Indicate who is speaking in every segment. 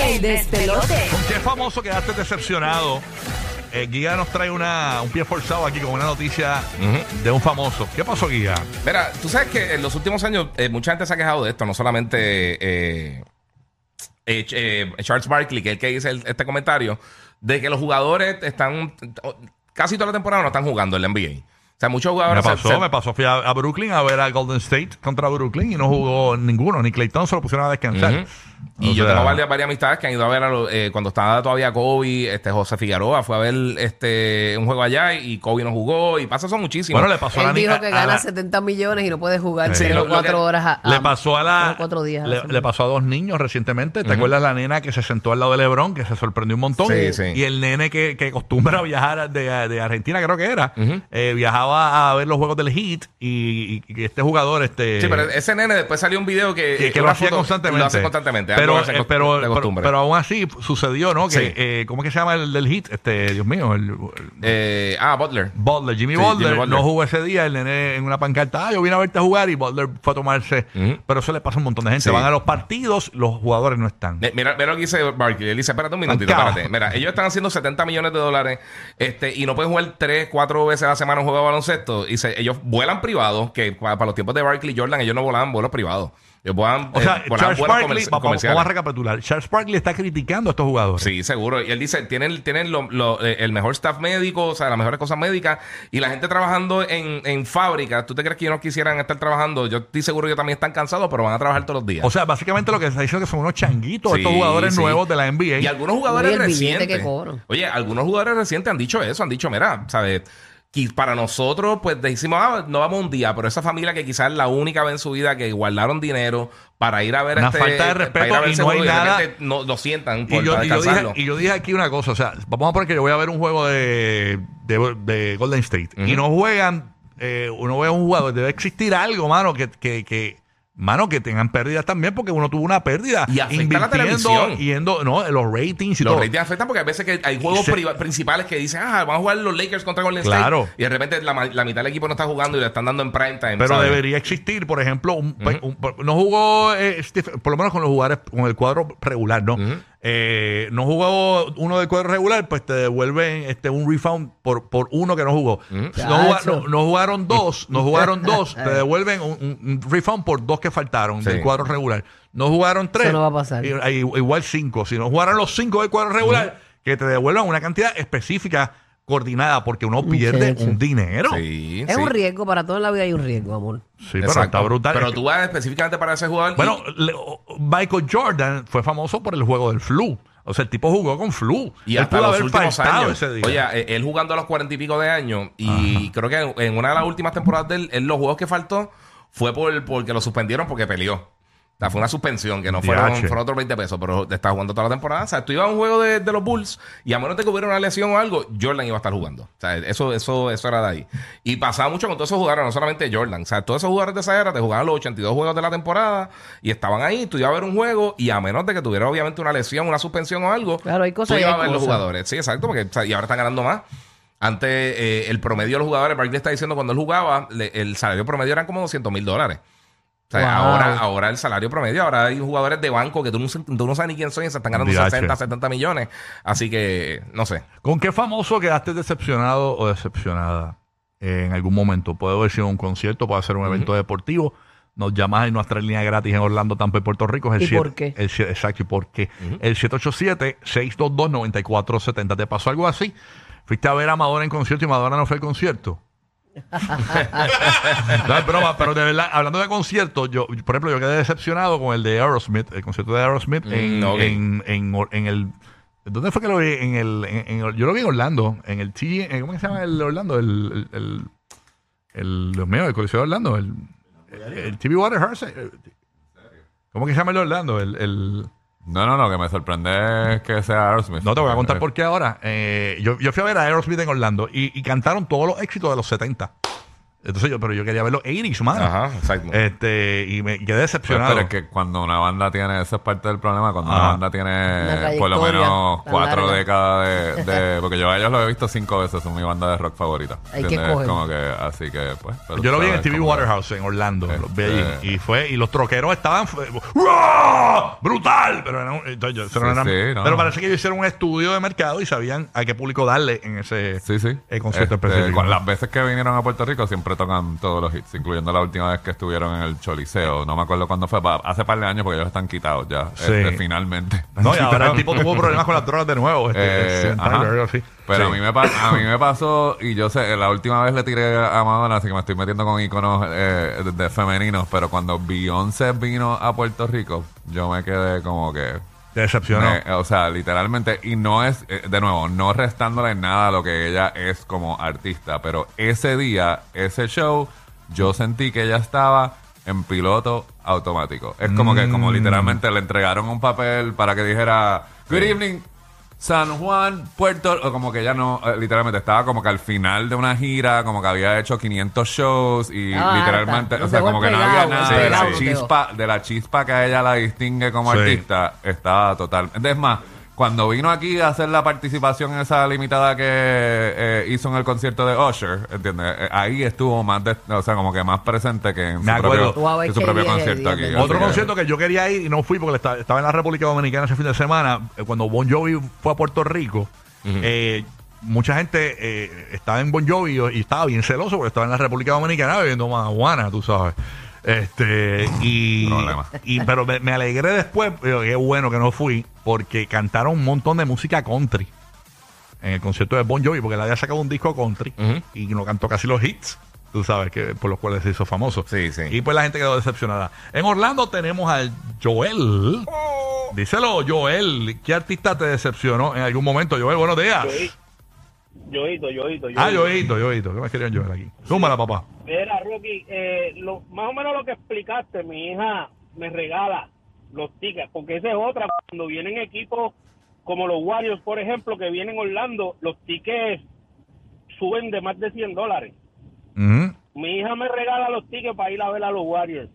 Speaker 1: El despelote.
Speaker 2: ¿Con qué famoso quedaste decepcionado? Eh, Guía nos trae una, un pie forzado aquí con una noticia de un famoso. ¿Qué pasó, Guía?
Speaker 3: Mira, tú sabes que en los últimos años eh, mucha gente se ha quejado de esto, no solamente eh, eh, Ch- eh, Charles Barkley, que es el que dice el- este comentario, de que los jugadores están casi toda la temporada no están jugando en la NBA. O sea, muchos
Speaker 2: Me
Speaker 3: jugadores se-
Speaker 2: pasó,
Speaker 3: se-
Speaker 2: me pasó. Fui a, a Brooklyn a ver a Golden State contra Brooklyn y no jugó ninguno, ni Clay Thompson lo pusieron a descansar.
Speaker 3: Ujú. Y
Speaker 2: O
Speaker 3: yo
Speaker 2: sea,
Speaker 3: tengo varias, varias amistades que han ido a ver a los- eh, cuando estaba todavía Kobe, este José Figueroa fue a ver este un juego allá y Kobe no jugó y pasa son muchísimos.
Speaker 2: Bueno, le pasó a la
Speaker 1: Él dijo
Speaker 2: niña-
Speaker 1: que
Speaker 2: a
Speaker 1: gana
Speaker 2: la-
Speaker 1: 70 millones y no puede jugar
Speaker 2: Sí.
Speaker 1: sino
Speaker 2: Lo-
Speaker 3: lo
Speaker 1: cuatro
Speaker 3: que-
Speaker 1: horas. a-
Speaker 2: Le pasó a la.
Speaker 1: solo Ah, cuatro días a la
Speaker 2: le,
Speaker 1: semana.
Speaker 2: le pasó a dos niños recientemente. ¿Te acuerdas la nena que se sentó al lado de Lebron, que se sorprendió un montón?
Speaker 3: Sí, sí.
Speaker 2: Y el nene que, que acostumbra a viajar a- de, de Argentina, creo que era, eh, viajaba a ver los juegos del Heat y, y- y este jugador, este.
Speaker 3: Sí, pero ese nene después salió un video que,
Speaker 2: que, que lo
Speaker 3: una
Speaker 2: hacía
Speaker 3: foto-
Speaker 2: constantemente.
Speaker 3: Lo hace constantemente.
Speaker 2: Pero,
Speaker 3: algo que se
Speaker 2: eh,
Speaker 3: acost-
Speaker 2: pero,
Speaker 3: de
Speaker 2: pero-
Speaker 3: costumbre.
Speaker 2: pero aún así sucedió, ¿no? Que,
Speaker 3: Sí.
Speaker 2: eh, ¿Cómo es que se llama el del hit? Este, Dios mío, el, el-
Speaker 3: Eh, ah, Butler.
Speaker 2: Butler, Jimmy,
Speaker 3: Sí,
Speaker 2: Butler,
Speaker 3: Jimmy Butler.
Speaker 2: no jugó ese día, el nene en una pancarta, ah, yo vine a verte jugar y Butler fue a tomarse.
Speaker 3: Ujú.
Speaker 2: Pero eso le pasa a un montón de gente.
Speaker 3: Sí.
Speaker 2: Van a los partidos, los jugadores no están.
Speaker 3: Eh, Mira, mira lo que dice Barkley. Él dice, espérate un minutito,
Speaker 2: Tancao.
Speaker 3: espérate. Mira, ellos están haciendo 70 millones de dólares este, y no pueden jugar 3, 4 veces a la semana un juego de baloncesto. Y se- ellos vuelan privados, que pa- para, los tiempos de Barkley y Jordan ellos no volaban vuelos privados. Ellos volaban,
Speaker 2: O sea,
Speaker 3: eh, volaban
Speaker 2: Charles
Speaker 3: vuelos
Speaker 2: Barkley,
Speaker 3: comerci-
Speaker 2: va- va- vamos,
Speaker 3: comerciales.
Speaker 2: a recapitular. Charles Barkley está criticando a estos jugadores.
Speaker 3: Sí, seguro. Y él dice, tienen, tienen lo- lo- eh, el mejor staff médico, o sea, las mejores cosas médicas, y la gente trabajando en, en fábricas. ¿Tú te crees que ellos no quisieran estar trabajando? Yo estoy seguro que ellos también están cansados, pero van a trabajar todos los días.
Speaker 2: O sea, básicamente lo que se está diciendo es que son unos changuitos
Speaker 3: Sí,
Speaker 2: estos jugadores
Speaker 3: sí.
Speaker 2: nuevos de la NBA.
Speaker 3: Y algunos jugadores
Speaker 1: Oye, el billete
Speaker 3: recientes.
Speaker 1: que cobran.
Speaker 3: Oye, algunos jugadores recientes han dicho eso, han dicho, mira, ¿sabes? Que para nosotros, pues decimos, ah, no vamos un día, pero esa familia que quizás es la única vez en su vida que guardaron dinero para ir a ver
Speaker 2: Una
Speaker 3: este-
Speaker 2: falta de
Speaker 3: para ir
Speaker 2: respeto
Speaker 3: a ver
Speaker 2: y
Speaker 3: ese
Speaker 2: no hay
Speaker 3: juego, de
Speaker 2: nada.
Speaker 3: repente No, lo sientan por
Speaker 2: Y yo,
Speaker 3: para
Speaker 2: y yo dije,
Speaker 3: descansarlo.
Speaker 2: y yo dije aquí una cosa, o sea, vamos a poner que yo voy a ver un juego de, de- de Golden State y
Speaker 3: Ujú.
Speaker 2: no juegan, eh, uno ve a un jugador, debe existir algo, mano, que, que, que- mano, que tengan pérdidas también, porque uno tuvo una pérdida
Speaker 3: Y afecta la televisión.
Speaker 2: yendo, no, los ratings y
Speaker 3: los
Speaker 2: todo.
Speaker 3: ratings afectan porque a veces que hay
Speaker 2: Y
Speaker 3: juegos
Speaker 2: se-
Speaker 3: priva- principales que dicen, ah, van a jugar los Lakers contra Golden
Speaker 2: Claro.
Speaker 3: State. Y de repente la, ma- la mitad del equipo no está jugando y le están dando en prime time.
Speaker 2: Pero
Speaker 3: ¿sabes?
Speaker 2: debería existir, por ejemplo, un, un- no jugó, eh, Steph- por lo menos con los jugadores, con el cuadro regular, ¿no? Eh, no jugó uno del cuadro regular, pues te devuelven este, un refund por, por uno que no jugó. Si no, juga-
Speaker 1: Chacho.
Speaker 2: no- no jugaron dos, no jugaron dos, te devuelven un, un- un refund por dos que faltaron
Speaker 3: Sí.
Speaker 2: del cuadro regular. No jugaron tres.
Speaker 1: no va a pasar.
Speaker 2: y- hay igual cinco. Si no jugaran los cinco del cuadro regular, que te devuelvan una cantidad específica coordinada, porque uno pierde
Speaker 1: Muchacho.
Speaker 2: un dinero.
Speaker 3: Sí,
Speaker 1: Es
Speaker 3: sí.
Speaker 1: un riesgo, para toda la vida hay un riesgo, amor.
Speaker 2: Sí, pero
Speaker 3: Exacto.
Speaker 2: está brutal.
Speaker 3: Pero
Speaker 2: Es que-
Speaker 3: tú vas específicamente para ese jugador. y-
Speaker 2: Bueno, le- o- Michael Jordan fue famoso por el juego del flu. O sea, el tipo jugó con flu.
Speaker 3: Y
Speaker 2: él
Speaker 3: hasta
Speaker 2: pudo
Speaker 3: los
Speaker 2: haber
Speaker 3: últimos
Speaker 2: faltado
Speaker 3: años.
Speaker 2: ese día.
Speaker 3: Oye, eh, él jugando a los cuarenta y pico de años. Y creo que en una de las últimas temporadas de él, él los juegos que faltó fue por, porque lo suspendieron porque peleó. O sea, fue una suspensión que no fueron,
Speaker 2: Diache.
Speaker 3: fueron otros 20 pesos, pero está jugando toda la temporada. O sea, tú ibas a un juego de, de los Bulls y a menos de que hubiera una lesión o algo, Jordan iba a estar jugando. O sea, eso, eso, eso era de ahí. Y pasaba mucho con todos esos jugadores, no solamente Jordan. O sea, todos esos jugadores de esa era te jugaban los 82 juegos de la temporada y estaban ahí. Tú ibas a ver un juego y a menos de que tuviera obviamente una lesión, una suspensión o algo,
Speaker 1: Claro, hay cosas
Speaker 3: tú
Speaker 1: y
Speaker 3: ibas
Speaker 1: hay
Speaker 3: a ver los
Speaker 1: cosas.
Speaker 3: jugadores jugadores. Sí, exacto, porque o sea, y ahora están ganando más. Antes, eh, el promedio de los jugadores, Barkley está diciendo cuando él jugaba, le- el salario promedio eran como 200 mil dólares. O sea,
Speaker 1: Wow.
Speaker 3: ahora, ahora el salario promedio, ahora hay jugadores de banco que tú no, tú no sabes ni quién son y se están ganando
Speaker 2: Diache.
Speaker 3: 60, 70 millones. Así que, no sé.
Speaker 2: ¿Con qué famoso quedaste decepcionado o decepcionada eh, en algún momento? Puede haber sido un concierto, puede ser un evento deportivo. Nos llamas en nuestra línea gratis en Orlando, Tampa y Puerto Rico. Es el
Speaker 1: ¿Y por
Speaker 2: siete-
Speaker 1: qué?
Speaker 2: el sie- exacto, ¿y por qué? El 787-622-9470. ¿Te pasó algo así? Fuiste a ver a Madonna en concierto y Madonna no fue al concierto. no es broma, pero de verdad, hablando de conciertos, yo, por ejemplo, yo quedé decepcionado con el de Aerosmith, el concierto de Aerosmith en,
Speaker 3: Mm, ok.
Speaker 2: en, en, Or- en el. ¿Dónde fue que lo vi? En el, en- en Or- yo lo vi en Orlando, en el T. eh, ¿Cómo que se llama el Orlando? El. el, el, el- Dios mío, el Coliseo de Orlando. El, el TV Waterhouse. eh, ¿Cómo que se llama el de Orlando? El. el-
Speaker 4: No, no, no, que me sorprende que sea Aerosmith.
Speaker 2: no te voy a contar
Speaker 4: Eh,
Speaker 2: por qué ahora. Eh, yo, yo fui a ver a Aerosmith en Orlando y, y cantaron todos los éxitos de los 70. Entonces yo, pero yo quería ver los 80s, mano.
Speaker 3: Ajá, exacto.
Speaker 2: Este, y me quedé
Speaker 4: Pero,
Speaker 2: decepcionado.
Speaker 4: es que cuando una banda tiene, esa es parte del problema, cuando
Speaker 2: Ajá.
Speaker 4: una banda tiene
Speaker 1: Una
Speaker 4: por lo
Speaker 1: trayectoria
Speaker 4: menos
Speaker 1: tan
Speaker 4: cuatro
Speaker 1: larga.
Speaker 4: décadas de, de- Porque yo a ellos los he visto cinco veces, son mi banda de rock favorita.
Speaker 1: Hay que
Speaker 4: ¿entiendes?
Speaker 1: coger.
Speaker 4: Como que, así que, pues. pero
Speaker 2: Yo lo vi en el
Speaker 4: sabes,
Speaker 2: TV
Speaker 4: como que-
Speaker 2: Waterhouse en Orlando,
Speaker 4: Este-
Speaker 2: los vi allí. Y fue, y los troqueros estaban fue- ¡Ruah! brutal. Pero, era un- entonces yo- pero
Speaker 4: Sí,
Speaker 2: era-
Speaker 4: sí, no.
Speaker 2: pero parece que ellos hicieron un estudio de mercado y sabían a qué público darle en ese
Speaker 4: Sí, sí.
Speaker 2: eh, concierto
Speaker 4: Este,
Speaker 2: específico.
Speaker 4: cu- Las veces que vinieron a Puerto Rico siempre tocan todos los hits, incluyendo la última vez que estuvieron en el Choliseo. No me acuerdo cuándo fue, pa- hace par de años porque ellos están quitados ya.
Speaker 2: Sí.
Speaker 4: este, finalmente.
Speaker 2: No, y ahora el tipo tuvo problemas con las drogas de nuevo.
Speaker 4: Eh,
Speaker 2: Este,
Speaker 4: ajá.
Speaker 2: Tyler, algo así.
Speaker 4: Pero
Speaker 2: Sí.
Speaker 4: a, mí me pa- a mí me pasó, y yo sé, la última vez le tiré a Madonna, así que me estoy metiendo con iconos eh, de, de femeninos, pero cuando Beyoncé vino a Puerto Rico, yo me quedé como que...
Speaker 2: Te decepcionó.
Speaker 4: me- o sea, literalmente, y no es, eh, de nuevo, no restándole en nada a lo que ella es como artista, pero ese día, ese show, yo sentí que ella estaba en piloto automático. Es como que, como literalmente le entregaron un papel para que dijera, Good evening, San Juan, Puerto, o como que ella no, eh, literalmente estaba como que al final de una gira, como que había hecho 500 shows y
Speaker 1: Estaba
Speaker 4: literalmente,
Speaker 1: harta.
Speaker 4: o sea,
Speaker 1: Los
Speaker 4: como que no
Speaker 1: dejó
Speaker 4: había
Speaker 1: pegado,
Speaker 4: nada de la,
Speaker 1: quedó.
Speaker 3: pegado,
Speaker 4: chispa, de la chispa que a ella la distingue como
Speaker 2: Sí.
Speaker 4: artista, estaba total. Es más, cuando vino aquí a hacer la participación esa limitada que eh, hizo en el concierto de Usher, ¿entiendes? Eh, ahí estuvo más, de- o sea, como que más presente que en su
Speaker 2: Me acuerdo.
Speaker 4: propio,
Speaker 1: Guau, es
Speaker 4: que su
Speaker 1: que
Speaker 4: propio
Speaker 1: bien,
Speaker 4: concierto
Speaker 1: bien,
Speaker 4: aquí.
Speaker 1: bien.
Speaker 4: Así
Speaker 2: Otro
Speaker 4: que-
Speaker 2: concierto que yo quería ir y no fui porque esta- estaba en la República Dominicana ese fin de semana. eh, Cuando Bon Jovi fue a Puerto Rico, eh, mucha gente eh, estaba en Bon Jovi y estaba bien celoso porque estaba en la República Dominicana bebiendo marihuana, tú sabes. Este, y,
Speaker 4: Problema.
Speaker 2: y- pero me, me alegré después, pero qué bueno que no fui, porque cantaron un montón de música country en el concierto de Bon Jovi, porque él había sacado un disco country
Speaker 3: Ujú.
Speaker 2: y no cantó casi los hits, tú sabes, que por los cuales se hizo famoso.
Speaker 3: Sí, sí.
Speaker 2: Y pues la gente quedó decepcionada. En Orlando tenemos al Joel. Díselo, Joel. ¿Qué artista te decepcionó en algún momento? Joel, buenos días.
Speaker 5: Yoito, yoito, yoito.
Speaker 2: Ah, Joelito, Joelito. ¿Qué me querían Joel aquí? Súmala, papá.
Speaker 5: Mira, Rocky, eh, lo, más o menos lo que explicaste, mi hija me regala los tickets, porque esa es otra. Cuando vienen equipos como los Warriors, por ejemplo, que vienen Orlando, los tickets suben de más de 100 dólares.
Speaker 2: Ujú.
Speaker 5: Mi hija me regala los tickets para ir a ver a los Warriors.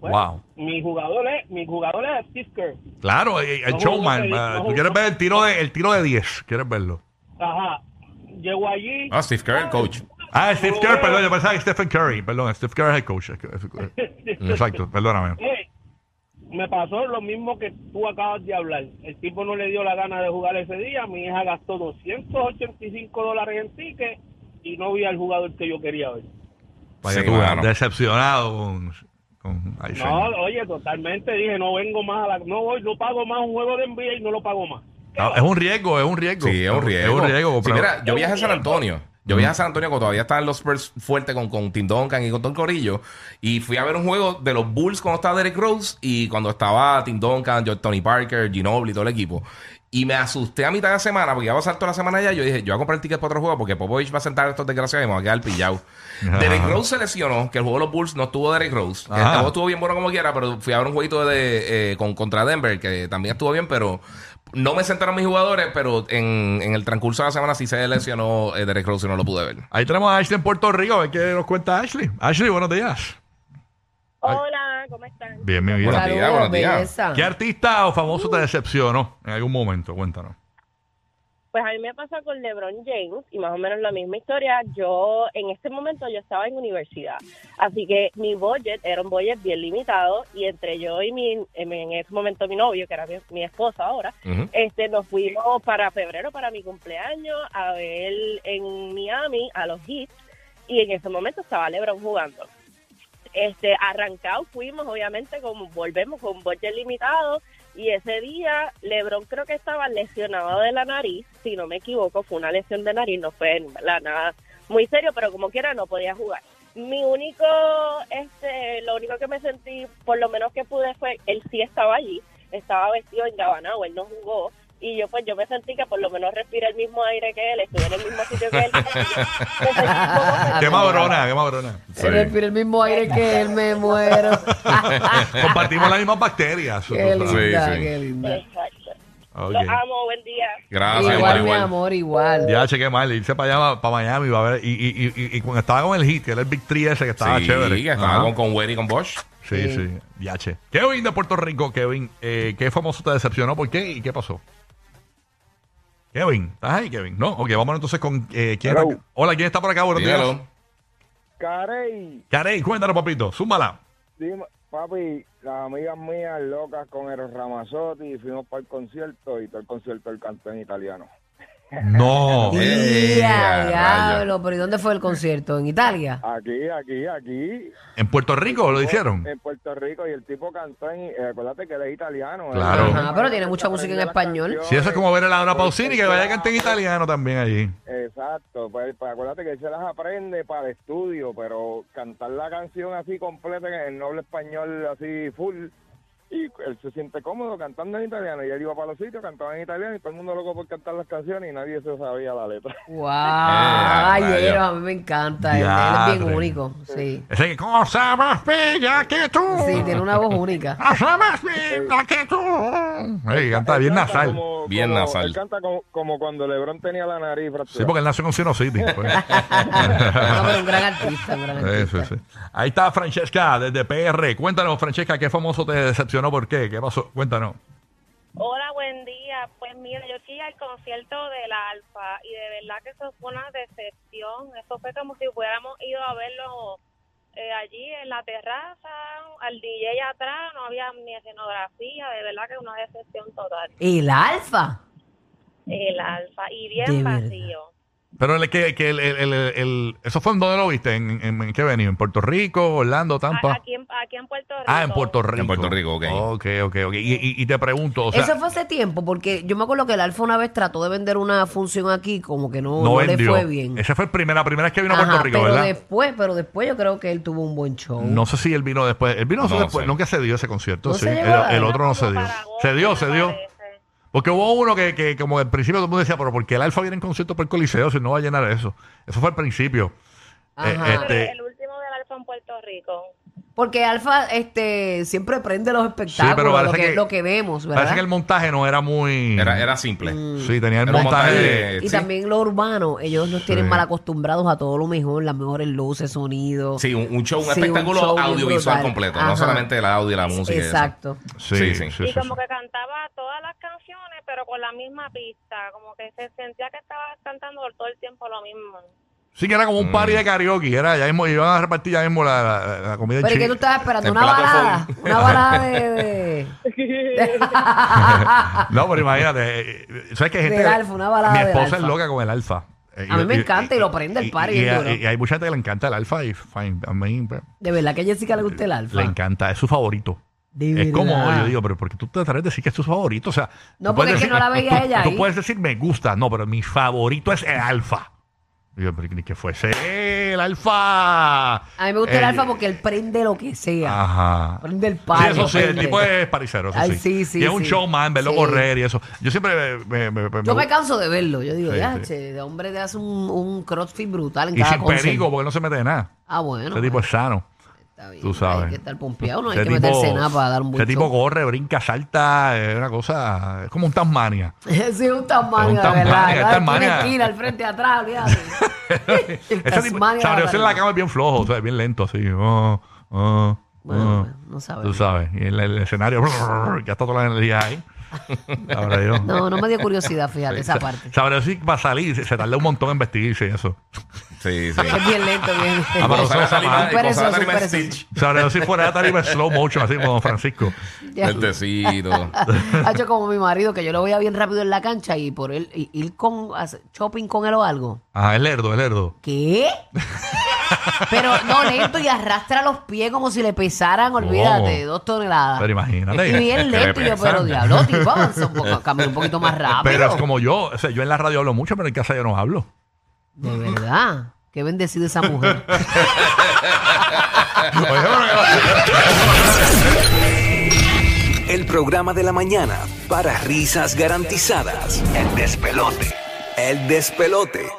Speaker 2: Wow.
Speaker 5: Mi jugador es, mi jugador es Steve Kerr.
Speaker 2: Claro, eh, el
Speaker 5: No jugó
Speaker 2: showman.
Speaker 5: feliz,
Speaker 2: ah,
Speaker 5: no
Speaker 2: Tú
Speaker 5: jugó.
Speaker 2: quieres ver el tiro de, el tiro de 10. ¿Quieres verlo?
Speaker 5: Ajá. Llegó allí.
Speaker 3: Ah, Steve Kerr, el coach.
Speaker 2: Ah, Steve
Speaker 5: Lo
Speaker 2: Kerr,
Speaker 5: veo.
Speaker 2: perdón. Yo pensaba que Stephen Curry. Perdón, Steve Kerr es el coach. es que- Exacto, perdóname.
Speaker 5: Eh, me pasó lo mismo que tú acabas de hablar. El tipo no le dio la gana de jugar ese día. Mi hija gastó 285 dólares en ticket y no vi al jugador que yo quería ver.
Speaker 2: Vaya
Speaker 3: Sí,
Speaker 2: tú,
Speaker 3: claro.
Speaker 2: Decepcionado con... con ay,
Speaker 5: No,
Speaker 2: señor.
Speaker 5: oye, totalmente dije, no vengo más a la... No voy, no pago más un juego de NBA y no lo pago más.
Speaker 2: Ah, Es un riesgo, es un riesgo.
Speaker 3: Sí, es un riesgo.
Speaker 2: Es un riesgo.
Speaker 3: Sí,
Speaker 2: pero-
Speaker 3: mira, yo viajé a San Antonio. Yo viajé a San Antonio cuando todavía estaban los Spurs fuertes con, con Tim Duncan y con Tom Corillo. Y fui a ver un juego de los Bulls cuando estaba Derrick Rose y cuando estaba Tim Duncan, yo- Tony Parker, Ginobili, todo el equipo. Y me asusté a mitad de semana porque iba a pasar toda la semana allá. Yo dije, yo voy a comprar tickets para otro juego porque Popovich va a sentar a estos desgraciados y me va a quedar pillado.
Speaker 2: Ajá.
Speaker 3: Derrick Rose se lesionó, que el juego de los Bulls no estuvo Derrick Rose.
Speaker 2: Ajá.
Speaker 3: El juego estuvo bien bueno como quiera, pero fui a ver un jueguito de, eh, con, contra Denver, que también estuvo bien, pero no me sentaron mis jugadores, pero en, en el transcurso de la semana sí se lesionó eh, Derrick Rose y no lo pude ver.
Speaker 2: Ahí tenemos a Ashley en Puerto Rico, a ver qué nos cuenta Ashley. Ashley, buenos días.
Speaker 6: Hola, ¿cómo están?
Speaker 2: Bien, mi vida.
Speaker 3: Buenos días, buenos días.
Speaker 1: belleza. Ah,
Speaker 2: ¿Qué artista o famoso te decepcionó en algún momento? Cuéntanos.
Speaker 6: Pues a mí me pasó con LeBron James y más o menos la misma historia. Yo, en este momento, yo estaba en universidad, así que mi budget era un budget bien limitado y entre yo y mi, en en ese momento mi novio, que era mi, mi esposa ahora,
Speaker 3: Ujú.
Speaker 6: este, nos fuimos para febrero, para mi cumpleaños, a ver en Miami a los Heat y en ese momento estaba LeBron jugando. Este, arrancado fuimos, obviamente, con, volvemos con un budget limitado y ese día LeBron creo que estaba lesionado de la nariz, si no me equivoco, fue una lesión de nariz, no fue ¿verdad? nada muy serio, pero como quiera no podía jugar. Mi único, este, lo único que me sentí, por lo menos que pude fue, él sí estaba allí, estaba vestido en gabanao, él no jugó. Y yo pues yo me sentí que por lo menos respiré el mismo aire que él, estuve en el mismo sitio que él. Me sentí un poco
Speaker 1: Ah,
Speaker 2: qué
Speaker 1: me
Speaker 2: mabrona, qué mabrona.
Speaker 1: Se respira el mismo aire que él, me muero.
Speaker 2: Compartimos las mismas bacterias.
Speaker 1: qué
Speaker 2: tú sabes.
Speaker 1: linda,
Speaker 2: Ah,
Speaker 3: sí.
Speaker 1: qué linda.
Speaker 6: Exacto.
Speaker 7: Ok.
Speaker 8: Los amo, buen día.
Speaker 3: Gracias,
Speaker 1: igual,
Speaker 3: igual,
Speaker 1: mi
Speaker 3: igual.
Speaker 1: amor, igual.
Speaker 7: Ya chequé mal, irse para allá, para Miami, va a ver. Y, y, y, y- y cuando estaba con el hit, que era el Big 3 ese que estaba
Speaker 3: sí,
Speaker 7: chévere.
Speaker 3: que estaba
Speaker 7: Ajá.
Speaker 3: con, con Wade y con Bosch.
Speaker 7: Sí, sí, ya che. Kevin de Puerto Rico, Kevin, eh, ¿qué famoso te decepcionó? ¿Por qué? ¿Y qué pasó? Kevin, ¿estás ahí, Kevin? No, ok, vamos entonces con. eh, ¿quién
Speaker 9: Hello.
Speaker 7: está- Hola, ¿quién está por acá? Buenos días.
Speaker 3: Dígalo.
Speaker 9: Carey,
Speaker 7: Carey, cuéntanos, papito, súmala.
Speaker 9: dime, papi, las amigas mías locas con Eros Ramazzotti, fuimos para el concierto y todo el concierto el cantó en italiano.
Speaker 7: No.
Speaker 3: Sí.
Speaker 1: Ya,
Speaker 3: Eh, raya.
Speaker 1: diablo, pero ¿y dónde fue el concierto? ¿En Italia?
Speaker 9: Aquí, aquí, aquí.
Speaker 7: ¿En Puerto Rico lo hicieron?
Speaker 2: Eh,
Speaker 9: En Puerto Rico y el tipo cantó en... eh, acuérdate que él es italiano.
Speaker 1: pues,
Speaker 7: Claro.
Speaker 1: Ajá, pero tiene mucha música en español.
Speaker 7: Si eso es como ver a Laura Pausini, que vaya a cantar en
Speaker 9: italiano.
Speaker 7: italiano también allí.
Speaker 9: Exacto, pues, pues acuérdate que él se las aprende para el estudio, pero cantar la canción así completa en el noble español, así full, y él se siente cómodo cantando en italiano. Y él iba para los sitios, cantaba en italiano, y todo el mundo loco por cantar las canciones, y nadie se sabía la letra.
Speaker 1: ¡Wow!
Speaker 3: raya.
Speaker 1: Ay, Eros, a mí me encanta. Él, él es bien
Speaker 7: Eh, Diadre.
Speaker 1: único. Sí.
Speaker 7: Ese cosa más bella que tú.
Speaker 1: Sí, tiene una voz única.
Speaker 7: Cosa más linda que tú. Ey, canta bien
Speaker 9: Él canta
Speaker 7: nasal.
Speaker 9: como-
Speaker 3: Bien
Speaker 9: como-
Speaker 3: nasal.
Speaker 9: Él canta como, como cuando Lebron tenía la nariz
Speaker 7: Sí,
Speaker 9: fracturada.
Speaker 7: porque él nació con Sinocitis.
Speaker 1: No, pero un gran artista, un gran artista.
Speaker 7: Eso, sí. Ahí está Francesca desde PR. Cuéntanos, Francesca, qué famoso te decepcionó, por qué, qué pasó. Cuéntanos.
Speaker 6: Hola, buen día. Pues mira, yo fui al concierto del Alfa y de verdad que eso fue una decepción. Eso fue como si hubiéramos ido a verlo eh, allí en la terraza, al DJ atrás, no había ni escenografía, de verdad que una decepción total.
Speaker 1: El Alfa.
Speaker 6: El Alfa y
Speaker 1: De
Speaker 6: bien
Speaker 1: verdad.
Speaker 6: vacío.
Speaker 7: Pero el, que, que el, el- el- el- eso fue en donde lo viste, en, en, en qué venía, en Puerto Rico, Orlando,
Speaker 6: A-
Speaker 1: Ah,
Speaker 7: Tampa.
Speaker 6: Aquí, en, aquí en Puerto Rico.
Speaker 7: Ah, en Puerto Rico.
Speaker 3: En Puerto Rico, ok.
Speaker 4: Oh,
Speaker 7: Ok, ok, ok. Y, y- y te pregunto, o sea,
Speaker 1: Eso fue hace tiempo, porque yo me acuerdo que el Alfa una vez trató de vender una función aquí, como que no,
Speaker 7: no
Speaker 1: no le
Speaker 7: vendió.
Speaker 1: fue bien.
Speaker 7: Esa fue el primer- la primera vez que vino a
Speaker 1: Ajá,
Speaker 7: Puerto Rico,
Speaker 1: pero
Speaker 7: ¿verdad?
Speaker 1: después, pero después yo creo que él tuvo un buen show.
Speaker 7: No sé si él vino después. Él vino
Speaker 3: No
Speaker 7: después.
Speaker 3: sé.
Speaker 7: Nunca se dio ese concierto.
Speaker 1: No
Speaker 7: sí.
Speaker 1: se
Speaker 7: El,
Speaker 1: llegó a dar.
Speaker 7: el otro no se dio.
Speaker 6: Paragón,
Speaker 7: Se dio,
Speaker 6: me
Speaker 7: se dio.
Speaker 6: parece.
Speaker 7: Porque hubo uno que, que como al principio todo el mundo decía, pero ¿por qué el Alfa viene en concierto por el Coliseo si no va a llenar eso? Eso fue al principio.
Speaker 1: Ajá.
Speaker 7: Eh, este,
Speaker 6: El último del Alfa en Puerto Rico.
Speaker 1: Porque Alfa este, siempre prende los espectáculos, lo, que, lo que vemos, ¿verdad?
Speaker 7: Parece que el montaje no era muy...
Speaker 3: Era, era simple.
Speaker 1: Mm.
Speaker 7: Sí, tenía el
Speaker 3: era un
Speaker 7: montaje...
Speaker 3: montaje
Speaker 7: de-
Speaker 1: y
Speaker 3: sí.
Speaker 1: también los urbanos, ellos nos tienen mal acostumbrados a todo lo mejor, las mejores luces, sonidos.
Speaker 3: Sí, un, un show, un
Speaker 1: Sí, un
Speaker 3: espectáculo
Speaker 1: show bien
Speaker 3: audiovisual
Speaker 1: brutal.
Speaker 3: completo.
Speaker 1: Ajá.
Speaker 3: No solamente el audio y la música. y eso.
Speaker 1: Exacto.
Speaker 7: Sí,
Speaker 3: Sí,
Speaker 7: sí,
Speaker 3: sí.
Speaker 7: sí,
Speaker 6: y
Speaker 7: sí,
Speaker 6: como
Speaker 7: sí.
Speaker 6: que cantaba todas las canciones, pero con la misma pista, como que se sentía que estaba cantando todo el tiempo lo mismo.
Speaker 7: Sí que era como un party de karaoke. Era, ya mismo, iban a repartir ya mismo la, la- la comida
Speaker 1: Pero es que tú
Speaker 7: china.
Speaker 1: estabas esperando
Speaker 3: El
Speaker 1: una
Speaker 3: plato
Speaker 1: balada,
Speaker 3: full.
Speaker 1: una balada de... de-
Speaker 7: No, pero imagínate. eh, eh, ¿Sabes qué? Gente,
Speaker 1: Del Alfa, una balada
Speaker 7: Mi
Speaker 1: del
Speaker 7: esposa es
Speaker 1: Alfa.
Speaker 7: loca con el Alfa. Eh,
Speaker 1: A mí me encanta y lo prende el party
Speaker 7: Y,
Speaker 1: bien
Speaker 7: a-
Speaker 1: duro. Ah.
Speaker 7: y hay mucha gente que le encanta el Alfa y fine. A mí pues,
Speaker 1: de verdad que a Jessica le gusta el Alfa.
Speaker 7: le encanta, es su favorito.
Speaker 1: De
Speaker 7: Es como
Speaker 1: verdad.
Speaker 7: yo digo, pero ¿por qué tú te atreves a decir que es tu favorito? O sea,
Speaker 1: No,
Speaker 7: tú puedes
Speaker 1: porque es que no la veía
Speaker 7: tú-
Speaker 1: ella
Speaker 7: Tú
Speaker 1: ahí.
Speaker 7: puedes decir me gusta, no, pero mi favorito es el alfa. Y Yo, pero ni que fuese el alfa.
Speaker 1: A mí me gusta el alfa porque él prende lo que sea.
Speaker 7: Ajá.
Speaker 1: Prende el
Speaker 7: Eh, Ah. Sí,
Speaker 1: palo.
Speaker 7: eso sí, el
Speaker 1: prende.
Speaker 7: tipo es paricero, eso
Speaker 1: Ay,
Speaker 7: sí.
Speaker 1: sí, sí,
Speaker 7: Y es un
Speaker 1: sí.
Speaker 7: showman, verlo
Speaker 1: Sí.
Speaker 7: correr y eso. Yo siempre me... me- me-
Speaker 1: Yo
Speaker 7: me-
Speaker 1: me canso de verlo. Yo digo,
Speaker 7: Sí,
Speaker 1: ya,
Speaker 7: sí.
Speaker 1: che, de hombre te hace un, un crossfit brutal en
Speaker 7: y
Speaker 1: cada
Speaker 7: sin
Speaker 1: concert.
Speaker 7: peligro porque no se mete de nada.
Speaker 1: Ah, bueno.
Speaker 7: Ese tipo es sano.
Speaker 1: está bien.
Speaker 7: tú sabes.
Speaker 1: Hay que estar pompeado, no hay
Speaker 7: Ese
Speaker 1: que meterse nada para dar un buen
Speaker 7: ese tipo
Speaker 1: show.
Speaker 7: corre, brinca, salta, es una cosa... Es como un Tasmania.
Speaker 1: sí, un Tasmania,
Speaker 7: Es
Speaker 1: de
Speaker 7: un
Speaker 1: verdad.
Speaker 7: Tasmania,
Speaker 1: Cada vez que
Speaker 7: Tasmania.
Speaker 1: una esquina, al frente, atrás, olvídate. el
Speaker 7: Ese tipo,
Speaker 1: Tasmania. de
Speaker 7: sabrioso en la
Speaker 1: verdad.
Speaker 7: cama es bien flojo, o sea, es bien lento, así. oh, oh,
Speaker 1: Bueno,
Speaker 7: oh.
Speaker 1: bueno, no
Speaker 7: Tú
Speaker 1: sabes.
Speaker 7: sabes, y el, el escenario, ya está toda la energía ahí. Ahora yo.
Speaker 1: No, no me dio curiosidad, fíjate, esa parte.
Speaker 7: Sabrá si va a salir, se- se tarda un montón en vestirse y eso.
Speaker 3: Sí, sí.
Speaker 1: Es bien lento, bien.
Speaker 7: Ah, pero
Speaker 3: Cuando sale
Speaker 7: eso
Speaker 3: Tarima-
Speaker 7: está mal.
Speaker 3: y cuando sale
Speaker 1: Súper
Speaker 3: Tarima
Speaker 1: eso, súper
Speaker 3: Stitch.
Speaker 7: Sabrá si fuera de tarima en slow motion, así como Francisco.
Speaker 1: Ya.
Speaker 7: Este-
Speaker 3: Lentecito.
Speaker 1: Ha hecho como mi marido, que yo lo veía bien rápido en la cancha y por él y- ir con hacer shopping con él o algo.
Speaker 7: Ah, el lerdo, el lerdo.
Speaker 1: ¿Qué? Pero no, lento y arrastra los pies como si le pesaran, olvídate,
Speaker 7: Wow.
Speaker 1: dos toneladas.
Speaker 7: Pero imagínate.
Speaker 1: Y bien
Speaker 3: Que le
Speaker 1: lento, y yo,
Speaker 3: pesan.
Speaker 1: pero diablo, tipo, avanza un poco, camina un poquito más rápido.
Speaker 7: Pero es como yo, o sea, yo en la radio hablo mucho, pero en casa yo no hablo.
Speaker 1: De verdad, qué bendecida esa mujer.
Speaker 2: El programa de la mañana para risas garantizadas. El despelote. El despelote.